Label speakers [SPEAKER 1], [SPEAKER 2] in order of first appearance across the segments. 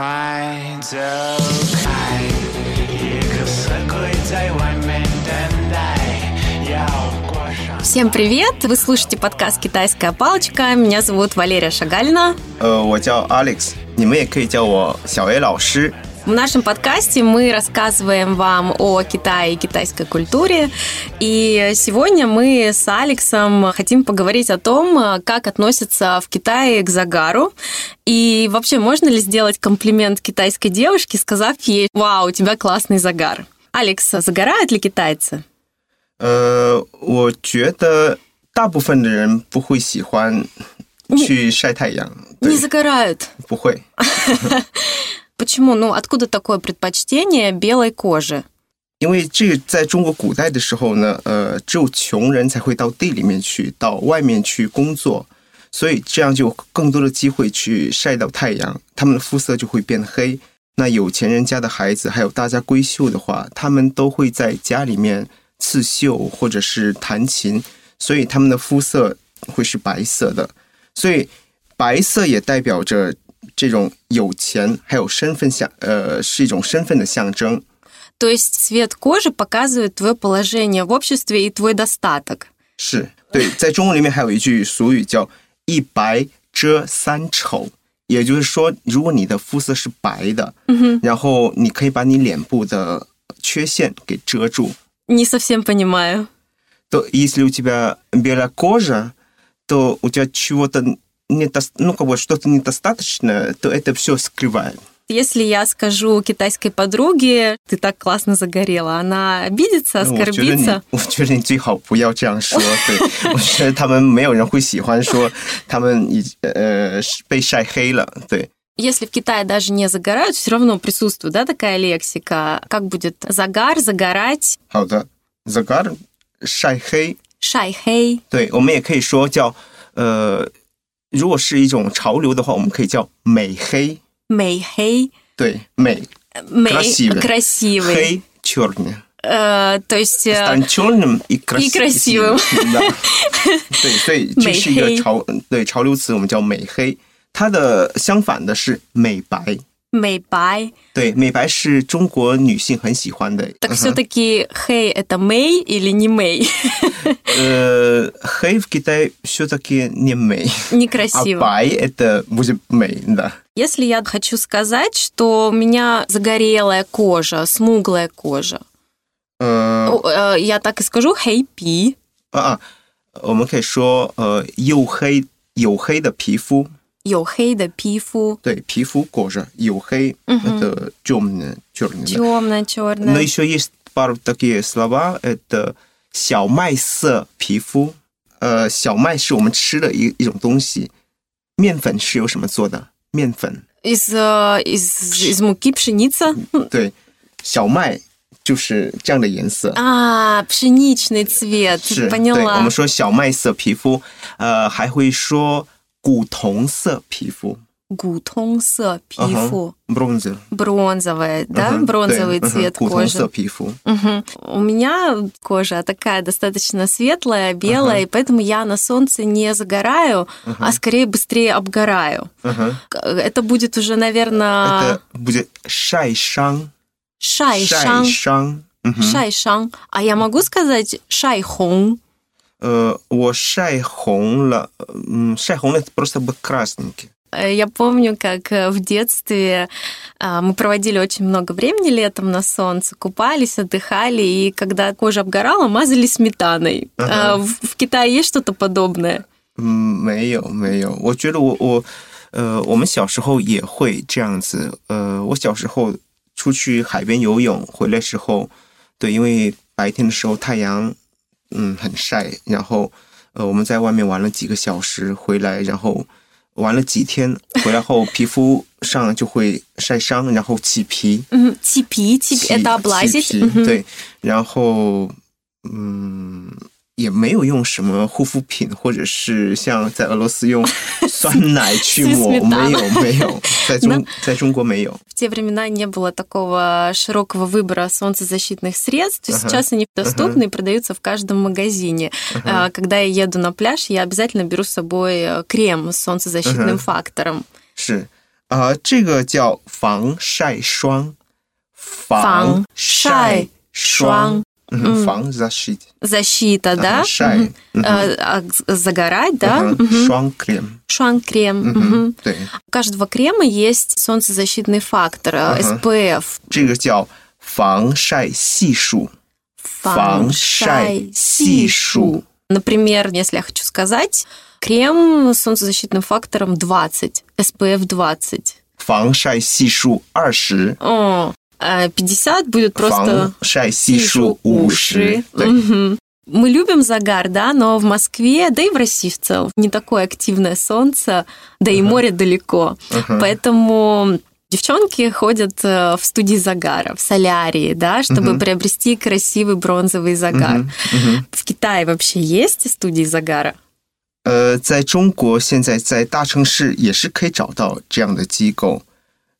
[SPEAKER 1] 快走开！一个色鬼在外面等待，要过上。
[SPEAKER 2] Всем привет! Вы слушаете подкаст «Китайская палочка». Меня зовут Валерия Шагалина.
[SPEAKER 3] 呃，我叫 Alex，你们也可以叫我小 A 老师。
[SPEAKER 2] В нашем подкасте мы рассказываем вам о Китае и китайской культуре. И сегодня мы с Алексом хотим поговорить о том, как относятся в Китае к загару. И вообще, можно ли сделать комплимент китайской девушке, сказав ей «Вау, у тебя классный загар». Алекс, а загорают ли китайцы?
[SPEAKER 3] 呃，我觉得大部分的人不会喜欢去晒太阳，对
[SPEAKER 2] Не，загорают.
[SPEAKER 3] 不会。
[SPEAKER 2] Почему? Ну, откуда такое предпочтение белой кожи?
[SPEAKER 3] 因为这个在中国古代的时候呢，呃，只有穷人才会到地里面去，到外面去工作，所以这样就有更多的机会去晒到太阳，他们的肤色就会变黑。那有钱人家的孩子，还有大家闺秀的话，他们都会在家里面刺绣或者是弹琴，所以他们的肤色会是白色的。所以白色也代表着这种有钱，还有身份象，呃，是一种身份的象征。
[SPEAKER 2] То есть цвет кожи показывает твое положение в обществе и твой достаток.
[SPEAKER 3] 是对，在中文里面还有一句俗语叫“一白遮三丑”，也就是说，如果你的肤色是白的，嗯、然后你可以把你脸部的缺陷给遮住。
[SPEAKER 2] Не совсем понимаю.
[SPEAKER 3] То если у тебя белая кожа, то у тебя чего-то недос- ну как бы что-то недостаточно, то это все скрывает.
[SPEAKER 2] Если я скажу китайской подруге, ты так классно загорела, она обидится,
[SPEAKER 3] 我觉得你
[SPEAKER 2] оскорбится.，
[SPEAKER 3] 我觉得你最好不要这样说。对，我觉得他们没有人会喜欢说他们已呃是被晒黑了。对。
[SPEAKER 2] Если в Китае даже не загорают, все равно присутствует да, такая лексика. Как будет загар, загорать,
[SPEAKER 3] 好的，zagar 晒黑，
[SPEAKER 2] шайхей,
[SPEAKER 3] 对我们也可以说叫呃，如果是一种潮流的话，我们可以叫美黑，
[SPEAKER 2] мейхей,
[SPEAKER 3] 对美
[SPEAKER 2] мей-
[SPEAKER 3] Красивый.
[SPEAKER 2] красивый.
[SPEAKER 3] 黑 черным，
[SPEAKER 2] Э, то есть э,
[SPEAKER 3] 但 черным 一
[SPEAKER 2] красивым
[SPEAKER 3] 对，所以这是一
[SPEAKER 2] 美黑
[SPEAKER 3] 个潮对潮流词，我们叫美黑。它的相反的是美白，
[SPEAKER 2] мейбай.
[SPEAKER 3] 对，美白是中国女性很喜欢的。
[SPEAKER 2] Так все-таки хей это мей или не мей?
[SPEAKER 3] 呃，黑в Китае все-таки не 美，啊
[SPEAKER 2] Некрасиво.
[SPEAKER 3] 白 это 不是美的。
[SPEAKER 2] Если я хочу сказать, что у меня загорелая кожа, смуглая кожа,
[SPEAKER 3] 呃，
[SPEAKER 2] о, э, я так и скажу хейпи.
[SPEAKER 3] 啊啊，我们可以说呃，黝黑黝黑的皮肤，
[SPEAKER 2] 有黑的皮肤，
[SPEAKER 3] 对，皮肤裹着黝黑的 j o м j o Но
[SPEAKER 2] темно-черное.
[SPEAKER 3] еще есть пару такие слова, это 呃小麦色皮肤。呃，小麦是我们吃的一一种东西，面粉是由什么做的？面粉，
[SPEAKER 2] Из, э, из, из муки пшеница.
[SPEAKER 3] 对，小麦就是这样的颜色。
[SPEAKER 2] 啊 А, пшеничный цвет.
[SPEAKER 3] 是，对，我
[SPEAKER 2] Поняла.
[SPEAKER 3] 们说小麦色皮肤，呃，还会说古铜色皮肤
[SPEAKER 2] Гутонса, пифу.
[SPEAKER 3] （bronzer）。
[SPEAKER 2] Бронзовая, да?
[SPEAKER 3] 嗯哼对
[SPEAKER 2] Бронзовый
[SPEAKER 3] 嗯哼
[SPEAKER 2] цвет
[SPEAKER 3] 古铜色
[SPEAKER 2] кожи.
[SPEAKER 3] 皮肤，
[SPEAKER 2] Мгм. У меня кожа такая достаточно светлая, белая, и поэтому я на солнце не загораю, а скорее быстрее обгораю.
[SPEAKER 3] 嗯哼，
[SPEAKER 2] К- Это будет уже,
[SPEAKER 3] 它
[SPEAKER 2] наверное,
[SPEAKER 3] 的不是晒伤，晒
[SPEAKER 2] шайшан.
[SPEAKER 3] 伤，嗯哼，
[SPEAKER 2] Шайшан. А я могу сказать шайхун?
[SPEAKER 3] 呃，我晒红了，嗯，晒红了，просто бы красненький，
[SPEAKER 2] Э, Я помню, как э, в детстве а, мы проводили очень много времени летом на солнце, купались, отдыхали, и когда кожа обгорала, мазали сметаной.
[SPEAKER 3] Ага.
[SPEAKER 2] А, В в Китае есть что-то подобное?
[SPEAKER 3] 嗯，没有没有，我觉得我我，呃，我们小时候也会这样子，呃，我小时候出去海边游泳回来时候，对，因为白天的时候太阳，嗯，很晒，然后呃，我们在外面玩了几个小时回来，然后玩了几天回来后，皮肤上就会晒伤，然后起皮，
[SPEAKER 2] Мгм. Типи, типи,
[SPEAKER 3] 起
[SPEAKER 2] это облазить.
[SPEAKER 3] 起皮
[SPEAKER 2] Мгм.
[SPEAKER 3] 对，然后嗯，也没有用什么护肤品，或者是像在俄罗斯 用酸奶去
[SPEAKER 2] 吃
[SPEAKER 3] 抹，
[SPEAKER 2] smetana
[SPEAKER 3] 没有没有，在中在中国没有，
[SPEAKER 2] В те времена не было такого широкого выбора солнцезащитных средств. и
[SPEAKER 3] Ага.
[SPEAKER 2] Сейчас они доступны и продаются в каждом магазине. А, Когда я еду на пляж, я обязательно беру с собой э, крем с солнцезащитным
[SPEAKER 3] Ага.
[SPEAKER 2] фактором.
[SPEAKER 3] 是。呃，这个叫防晒霜，
[SPEAKER 2] 防晒
[SPEAKER 3] 霜
[SPEAKER 2] 霜，
[SPEAKER 3] 嗯，防 z a s h i t
[SPEAKER 2] Защита, да?
[SPEAKER 3] Шай.
[SPEAKER 2] Мгм.
[SPEAKER 3] Мгм.
[SPEAKER 2] Э, а, з- Загорать, да?
[SPEAKER 3] 嗯霜 cream，
[SPEAKER 2] Шван-крем.
[SPEAKER 3] 嗯
[SPEAKER 2] Мгм.
[SPEAKER 3] 哼，对，
[SPEAKER 2] У каждого крема есть солнцезащитный фактор, э,
[SPEAKER 3] Ага.
[SPEAKER 2] SPF.
[SPEAKER 3] 这个叫防晒系数，防晒系
[SPEAKER 2] Фан-шай-си-шу.，
[SPEAKER 3] 数
[SPEAKER 2] Например, если я хочу сказать, крем с солнцезащитным фактором 20, SPF 20.
[SPEAKER 3] 防晒系数二十，
[SPEAKER 2] О, э, 50 будет просто...
[SPEAKER 3] 防晒系数五十嗯
[SPEAKER 2] 50，
[SPEAKER 3] 对，
[SPEAKER 2] Мгм. Мы любим загар, да, но в Москве, да и в России в целом, не такое активное солнце, да и море далеко.
[SPEAKER 3] Мгм.
[SPEAKER 2] Поэтому девчонки ходят э, в студии загара, в солярии, да, чтобы
[SPEAKER 3] Мгм.
[SPEAKER 2] приобрести красивый бронзовый загар.
[SPEAKER 3] 嗯嗯，
[SPEAKER 2] В Китае вообще есть студии загара?
[SPEAKER 3] 呃，在中国现在在大城市也是可以找到这样的机构，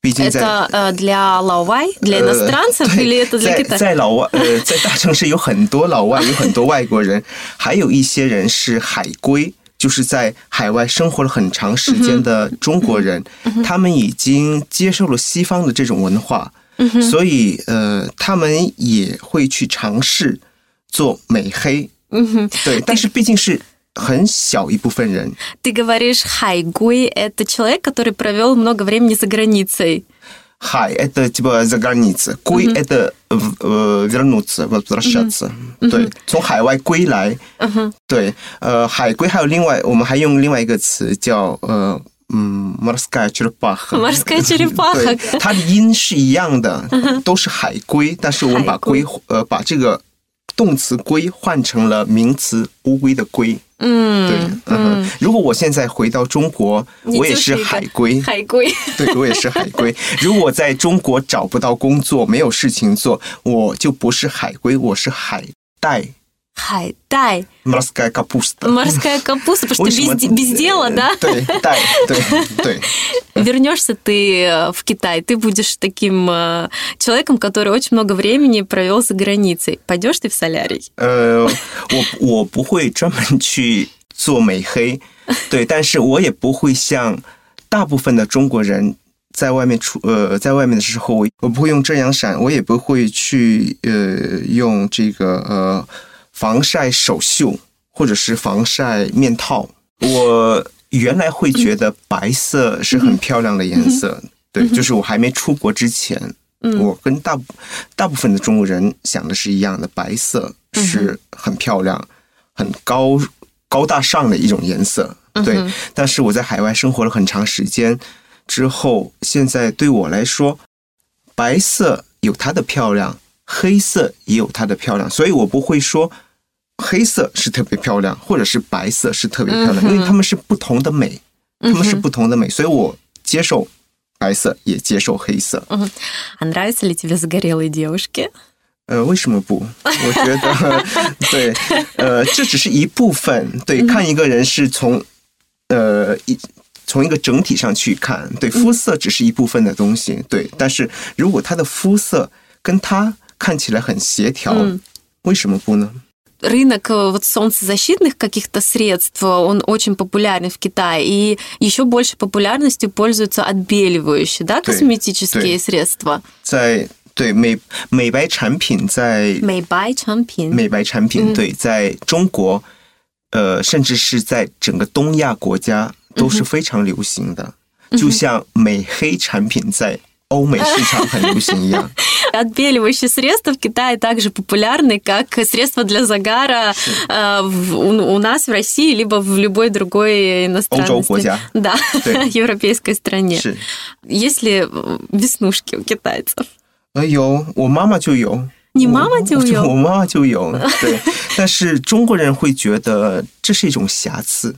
[SPEAKER 3] 毕竟在
[SPEAKER 2] Это э, для лаовай, для
[SPEAKER 3] 呃
[SPEAKER 2] иностранцев
[SPEAKER 3] 对
[SPEAKER 2] или это для
[SPEAKER 3] 在
[SPEAKER 2] Китая?
[SPEAKER 3] 在老外 呃，在大城市有很多老外，有很多外国人，还有一些人是海归，就是在海外生活了很长时间的中国人，
[SPEAKER 2] 嗯
[SPEAKER 3] 他们已经接受了西方的这种文化，
[SPEAKER 2] 嗯
[SPEAKER 3] 所以呃，他们也会去尝试做美黑，
[SPEAKER 2] 嗯
[SPEAKER 3] 对，但是毕竟是很小一部分人，
[SPEAKER 2] Ты говоришь хайгуй, это человек, который провел много времени за границей.
[SPEAKER 3] Хай это типа за граница, куй это в- э, вернуться, возвращаться. 对，从海外归来。对，呃，海归还有另外，我们还用另外一个词叫呃。嗯，морская черепаха，
[SPEAKER 2] Морская черепаха
[SPEAKER 3] 对，它的音是一样的，都是海龟，但是我们把
[SPEAKER 2] 海龟
[SPEAKER 3] 龟呃把这个动词龟换成了名词乌龟的龟，对，
[SPEAKER 2] М,
[SPEAKER 3] 嗯哼，如果我现在回到中国，
[SPEAKER 2] 你
[SPEAKER 3] 我也
[SPEAKER 2] 就是是一个
[SPEAKER 3] 海龟，
[SPEAKER 2] Хайгуй.
[SPEAKER 3] 对，我也是海归。如果在中国找不到工作，没有事情做，我就不是海归，我是海带
[SPEAKER 2] Хайтай.
[SPEAKER 3] （морская капуста）。
[SPEAKER 2] Морская капуста, потому что
[SPEAKER 3] 为什么
[SPEAKER 2] без, де- без дела, да?
[SPEAKER 3] 对，带，对对，
[SPEAKER 2] Вернешься ты э, в Китай, ты будешь таким э, человеком, который очень много времени провел за границей. Пойдешь ты в солярий?
[SPEAKER 3] 呃，我我不会专门去做美黑，对，但是我也不会像大部分的中国人。在外面出呃，在外面的时候，我我不会用遮阳伞，我也不会去呃用这个呃防晒手袖或者是防晒面套。我原来会觉得白色是很漂亮的颜色，对，就是我还没出国之前，我跟大部大部分的中国人想的是一样的，白色是很漂亮、很高高大上的一种颜色。对，但是我在海外生活了很长时间之后，现在对我来说，白色有它的漂亮，黑色也有它的漂亮，所以我不会说黑色是特别漂亮，或者是白色是特别漂亮，因为它们是不同的美，它们是不同的美，所以我接受白色，也接受黑色。
[SPEAKER 2] А нравятся ли тебе загорелые девушки?
[SPEAKER 3] 呃，为什么不？我觉得，对，呃，这只是一部分。对，看一个人是从，呃，一从一个整体上去看，对，肤色只是一部分的东西，对。但是如果他的肤色跟他看起来很协调，为什么不呢？
[SPEAKER 2] Рынок э, вот солнцезащитных каких-то средств, э, он очень популярен в Китае, и еще больше популярностью пользуются отбеливающие, да,
[SPEAKER 3] Да,
[SPEAKER 2] косметические
[SPEAKER 3] да.
[SPEAKER 2] средства.
[SPEAKER 3] 在对美美白产品在
[SPEAKER 2] Мэйбай Чанпин.
[SPEAKER 3] 美白产
[SPEAKER 2] 嗯
[SPEAKER 3] 品，对，在中国，呃，甚至是在整个东亚国家都是非常流行
[SPEAKER 2] 嗯
[SPEAKER 3] 的，就像美黑产品在欧美市场很流行一 样。
[SPEAKER 2] Отбеливающие средства в Китае также популярны, как средства для загара э, в- у, у нас в России, либо в любой другой иностранной
[SPEAKER 3] Оджоу-гозя.
[SPEAKER 2] стране. Да,
[SPEAKER 3] Да.
[SPEAKER 2] европейской стране.
[SPEAKER 3] 是，
[SPEAKER 2] Есть ли э, веснушки у китайцев?
[SPEAKER 3] 呃，有，我妈妈就有。
[SPEAKER 2] 你妈妈就
[SPEAKER 3] 我我
[SPEAKER 2] 有？
[SPEAKER 3] 妈妈就 有，对。但是中国人会觉得这是一种瑕疵，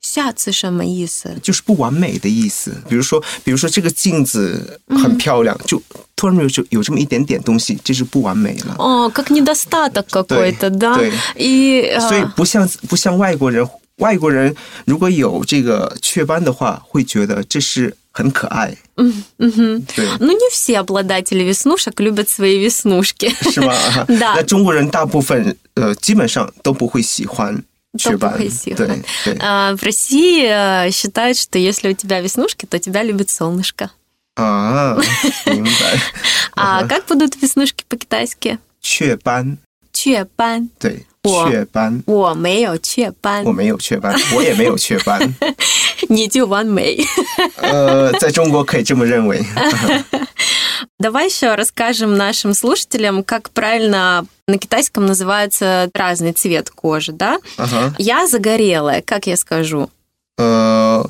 [SPEAKER 2] 下次什么意思？
[SPEAKER 3] 就是不完美的意思。比如说，比如说这个镜子
[SPEAKER 2] 嗯
[SPEAKER 3] 很漂亮，就突然有就有这么一点点东西，这就不完美了。
[SPEAKER 2] О, как недостаток какой-то, да?
[SPEAKER 3] да.
[SPEAKER 2] И э,
[SPEAKER 3] 所以不像不像外国人，外国人如果有这个雀斑的话，会觉得这是很可爱。嗯嗯 哼，
[SPEAKER 2] ну не все обладатели веснушек любят свои веснушки.
[SPEAKER 3] 对，是吗
[SPEAKER 2] ？Да
[SPEAKER 3] 那中国人大部分呃，基本上都不会喜欢
[SPEAKER 2] 都
[SPEAKER 3] 雀
[SPEAKER 2] 不
[SPEAKER 3] 斑
[SPEAKER 2] 会喜，
[SPEAKER 3] 对
[SPEAKER 2] 欢。
[SPEAKER 3] 对
[SPEAKER 2] А, в России э, считают, что если у тебя веснушки, то тебя любит солнышко.
[SPEAKER 3] 啊，明白，啊
[SPEAKER 2] А как будут веснушки по-китайски?
[SPEAKER 3] 雀斑，
[SPEAKER 2] 雀斑，
[SPEAKER 3] 对，
[SPEAKER 2] 我嗯
[SPEAKER 3] 雀斑。
[SPEAKER 2] 我没有雀斑
[SPEAKER 3] 我，没有雀斑，我也没有雀斑。
[SPEAKER 2] 你就完美。
[SPEAKER 3] 呃，在中国可以这么认为。
[SPEAKER 2] Давай еще расскажем нашим слушателям, как правильно на китайском называется разный цвет кожи, да?
[SPEAKER 3] 嗯哼，
[SPEAKER 2] Я загорелая, как я скажу?
[SPEAKER 3] 呃，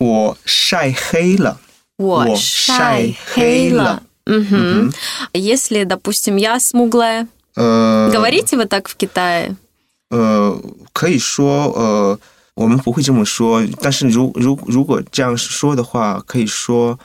[SPEAKER 3] 我晒黑了。
[SPEAKER 2] 我
[SPEAKER 3] 我
[SPEAKER 2] 晒
[SPEAKER 3] 晒
[SPEAKER 2] 黑
[SPEAKER 3] 黑
[SPEAKER 2] 了
[SPEAKER 3] 了。
[SPEAKER 2] Мгм. Если, допустим, я смуглая,
[SPEAKER 3] 呃，
[SPEAKER 2] говорите вы так в Китае?
[SPEAKER 3] 呃，可以说呃，我们不会这么说，但是如如如果这样说的话，可以说，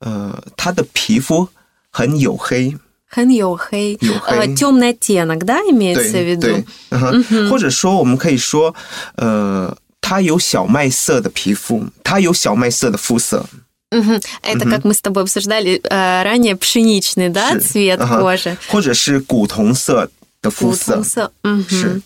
[SPEAKER 3] 呃，他的皮肤很黝黑，
[SPEAKER 2] Хэн йо хэй.
[SPEAKER 3] 黝黑。
[SPEAKER 2] Темный оттенок, да, имеется в
[SPEAKER 3] 对
[SPEAKER 2] виду?
[SPEAKER 3] 对，嗯哼，或者说我们可以说，呃，他有小麦色的皮肤，他有小麦色的肤色，
[SPEAKER 2] Мгм. Это, как мы с тобой обсуждали э, ранее, пшеничный, да,
[SPEAKER 3] 是
[SPEAKER 2] цвет
[SPEAKER 3] 嗯哼
[SPEAKER 2] кожи.
[SPEAKER 3] 或者是古铜色的肤色，
[SPEAKER 2] Путался. Мгм.
[SPEAKER 3] Ше.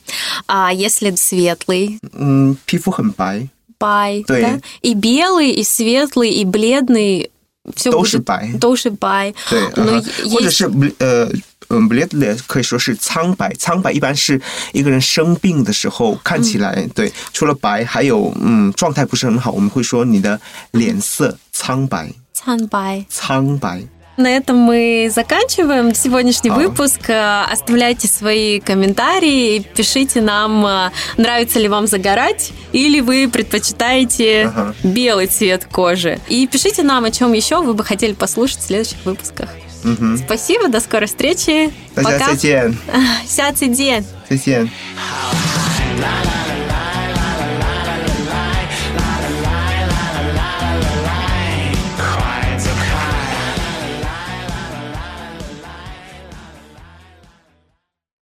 [SPEAKER 2] А если светлый,
[SPEAKER 3] 嗯，皮肤很白，
[SPEAKER 2] бай,
[SPEAKER 3] Да.
[SPEAKER 2] да? И белый, и светлый, и бледный, все
[SPEAKER 3] 都是白，
[SPEAKER 2] Тоже бай.
[SPEAKER 3] 对，嗯
[SPEAKER 2] Но
[SPEAKER 3] 哼
[SPEAKER 2] е-
[SPEAKER 3] 或者
[SPEAKER 2] есть-
[SPEAKER 3] 是呃。嗯 b l e d l e 可以说是苍白，苍白一般是一个人生病的时候看起来，对，除了白，还有嗯状态不是很好，我们会说你的脸色苍白，
[SPEAKER 2] цанбай.
[SPEAKER 3] 苍白。
[SPEAKER 2] На этом мы заканчиваем сегодняшний
[SPEAKER 3] А.
[SPEAKER 2] выпуск. Э, Оставляйте свои комментарии, и пишите нам, э, нравится ли вам загорать, или вы предпочитаете
[SPEAKER 3] Ага.
[SPEAKER 2] белый цвет кожи. И пишите нам, о чем еще вы бы хотели послушать в следующих выпусках.
[SPEAKER 3] 嗯 哼，
[SPEAKER 2] Спасибо, до скорой встречи.
[SPEAKER 3] 大家
[SPEAKER 2] Пока.
[SPEAKER 3] 再见，
[SPEAKER 2] 下次见。
[SPEAKER 3] 再见。
[SPEAKER 1] 好